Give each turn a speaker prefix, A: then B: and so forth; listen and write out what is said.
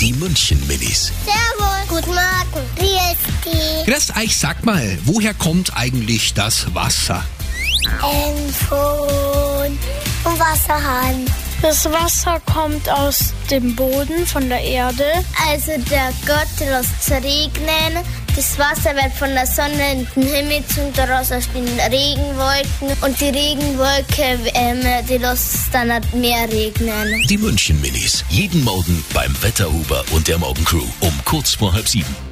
A: Die München Minis.
B: Servus. Guten Morgen. Wie ist die?
A: Grüß euch, sag mal, woher kommt eigentlich das Wasser?
B: Ähm, von vom Wasserhahn.
C: Das Wasser kommt aus dem Boden, von der Erde.
B: Also der Gott lässt es regnen. Das Wasser wird von der Sonne in den Himmel zu und daraus entstehen Regenwolken. Und die Regenwolke, ähm, die lässt es dann halt mehr regnen.
A: Die München Minis. Jeden Morgen beim Wetterhuber und der Morgencrew um kurz vor halb sieben.